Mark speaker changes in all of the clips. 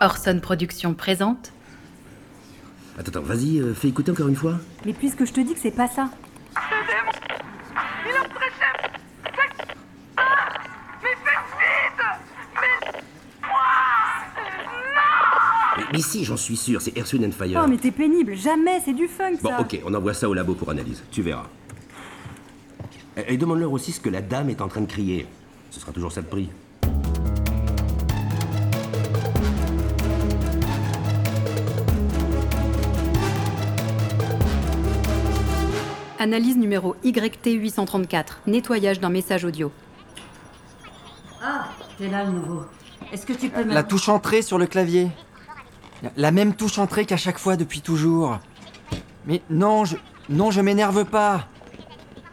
Speaker 1: Orson Productions présente
Speaker 2: Attends, attends, vas-y, euh, fais écouter encore une fois.
Speaker 3: Mais puisque je te dis que c'est pas ça.
Speaker 2: Euh.
Speaker 4: Il en précède. Faites- Ah Mais faites vite Mais
Speaker 2: Mais, mais si, j'en suis sûr, c'est Earth, Wind and Fire.
Speaker 3: Oh, mais t'es pénible, jamais, c'est du funk
Speaker 2: Bon,
Speaker 3: ça.
Speaker 2: ok, on envoie ça au labo pour analyse, tu verras. Et, et demande-leur aussi ce que la dame est en train de crier. Ce sera toujours ça de prix.
Speaker 1: Analyse numéro YT834, nettoyage d'un message audio.
Speaker 5: Ah, t'es là le nouveau. Est-ce que
Speaker 2: Euh,
Speaker 5: tu peux me... Ah,
Speaker 6: La touche entrée sur le clavier. La- La même touche entrée qu'à chaque fois depuis toujours. Mais non, je. Non, je m'énerve pas.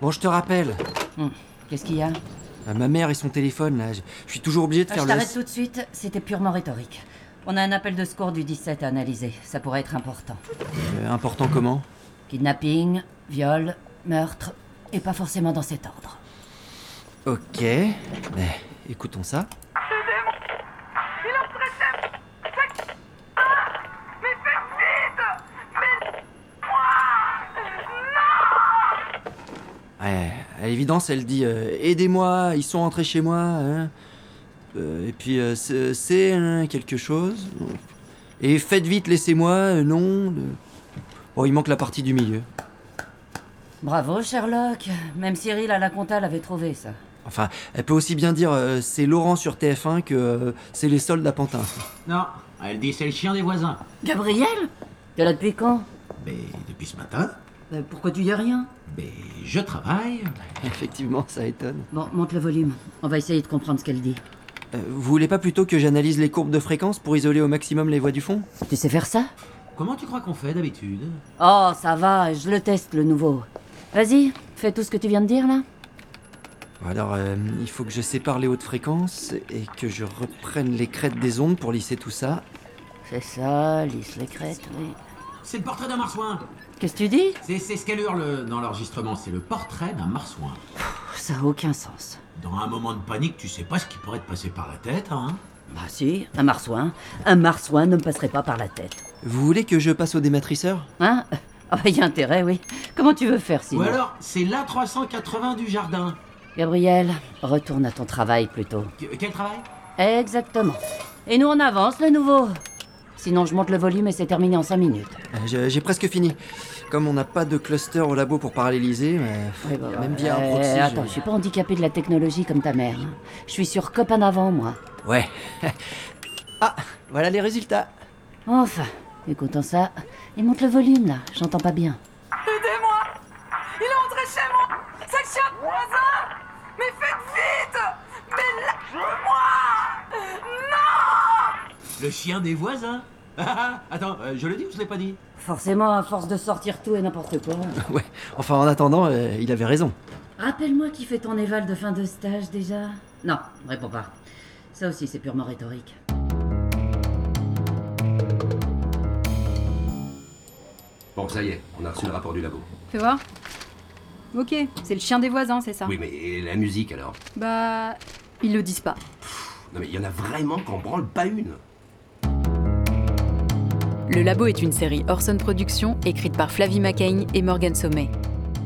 Speaker 6: Bon, je te rappelle.
Speaker 5: Hum, Qu'est-ce qu'il y a Ah,
Speaker 6: euh, Ma mère et son téléphone, là. Je je suis toujours obligé de
Speaker 5: Je
Speaker 6: faire le.
Speaker 5: t'arrête tout de suite, c'était purement rhétorique. On a un appel de secours du 17 à analyser, ça pourrait être important.
Speaker 6: Euh, important comment
Speaker 5: Kidnapping, viol, meurtre, et pas forcément dans cet ordre.
Speaker 6: Ok. Mais écoutons ça.
Speaker 4: il en précède. Faites- Ah Mais faites vite Mais
Speaker 6: Ouais, à l'évidence, elle dit euh, Aidez-moi, ils sont rentrés chez moi. hein. Euh, et puis, euh, c'est- c'est hein, quelque chose. Et faites vite, laissez-moi, euh, non. euh. Bon, il manque la partie du milieu.
Speaker 5: Bravo Sherlock, même Cyril à la compta l'avait trouvé ça.
Speaker 6: Enfin, elle peut aussi bien dire euh, c'est Laurent sur TF1 que euh, c'est les soldes à Pantin.
Speaker 7: Non, elle dit c'est le chien des voisins.
Speaker 5: Gabriel T'es là depuis quand
Speaker 7: Mais depuis ce matin,
Speaker 5: Euh, Pourquoi tu dis rien
Speaker 7: mais je travaille.
Speaker 6: Effectivement, ça étonne.
Speaker 5: Bon, monte le volume, on va essayer de comprendre ce qu'elle dit.
Speaker 6: Euh, vous voulez pas plutôt que j'analyse les courbes de fréquence pour isoler au maximum les voix du fond
Speaker 5: Tu sais faire ça
Speaker 7: Comment tu crois qu'on fait d'habitude
Speaker 5: Oh, ça va, je le teste le nouveau. Vas-y, fais tout ce que tu viens de dire là.
Speaker 6: Ou Alors, euh, il faut que je sépare les hautes fréquences et que je reprenne les crêtes des ondes pour lisser tout ça.
Speaker 5: C'est ça, lisse les crêtes, oui.
Speaker 7: C'est le portrait d'un marsouin.
Speaker 5: Qu'est-ce que tu dis
Speaker 7: C'est c'est ce qu'elle hurle dans l'enregistrement, c'est le portrait d'un marsouin.
Speaker 5: Oh, Ça a aucun sens.
Speaker 7: Dans un moment de panique, tu sais pas ce qui pourrait te passer par la tête, hein
Speaker 5: Bah si, un marsouin. Un marsouin ne me passerait pas par la tête.
Speaker 6: Vous voulez que je passe au dématriceur
Speaker 5: Hein Ah bah y a intérêt, oui. Comment tu veux faire
Speaker 7: Ou
Speaker 5: sinon
Speaker 7: alors, c'est l'A380 du jardin.
Speaker 5: Gabriel, retourne à ton travail plutôt.
Speaker 7: Qu- Quel travail
Speaker 5: Exactement. Et nous on avance le nouveau. Sinon je monte le volume et c'est terminé en 5 minutes.
Speaker 6: Euh, j'ai- J'ai presque fini. Comme on n'a pas de cluster au labo pour paralléliser, euh,
Speaker 5: Oui, bah,
Speaker 6: il y a même bien
Speaker 5: euh,
Speaker 6: un proxy. je-
Speaker 5: Attends, je suis pas handicapée de la technologie comme ta mère. hein. Je suis sur copain avant moi.
Speaker 6: Ouais. ah, voilà les résultats.
Speaker 5: Enfin, écoutons ça. Et monte le volume là, j'entends pas bien.
Speaker 4: Aidez-moi Il est entré chez moi C'est le chien de voisin Mais faites vite Mais lâche-moi
Speaker 7: Le chien des voisins. Attends, euh, je le dis ou je l'ai pas dit
Speaker 5: Forcément, à force de sortir tout et n'importe quoi.
Speaker 6: Ouais. Enfin, en attendant, euh, il avait raison.
Speaker 5: Rappelle-moi qui fait ton éval de fin de stage déjà Non, réponds pas. Ça aussi, c'est purement rhétorique.
Speaker 2: Bon, ça y est, on a reçu le rapport du labo.
Speaker 1: Fais voir. Ok, c'est le chien des voisins, c'est ça
Speaker 2: Oui, mais et la musique alors
Speaker 1: Bah, ils le disent pas.
Speaker 2: Non, mais il y en a vraiment qu'on branle pas une.
Speaker 8: Le Labo est une série Orson Productions écrite par Flavie McCain et Morgan Sommet.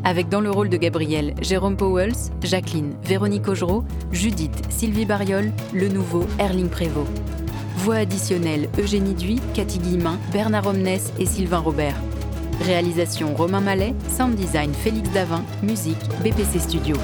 Speaker 8: Avec dans le rôle de Gabriel, Jérôme Powells, Jacqueline, Véronique Augereau, Judith, Sylvie Bariol, Le Nouveau, Erling Prévost. Voix additionnelle Eugénie Duy, Cathy Guillemin, Bernard Omnes et Sylvain Robert. Réalisation Romain Mallet, sound design Félix Davin, musique BPC Studio.